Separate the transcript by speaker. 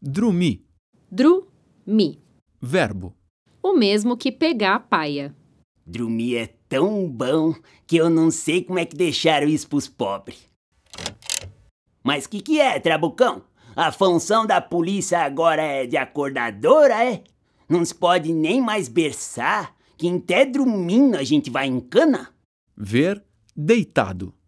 Speaker 1: Drumir.
Speaker 2: Drumir.
Speaker 1: Verbo.
Speaker 2: O mesmo que pegar a paia.
Speaker 3: Drumir é tão bom que eu não sei como é que deixaram isso pros pobres. Mas que que é, Trabucão? A função da polícia agora é de acordadora, é? Não se pode nem mais berçar, que até drumindo a gente vai em cana?
Speaker 1: Ver deitado.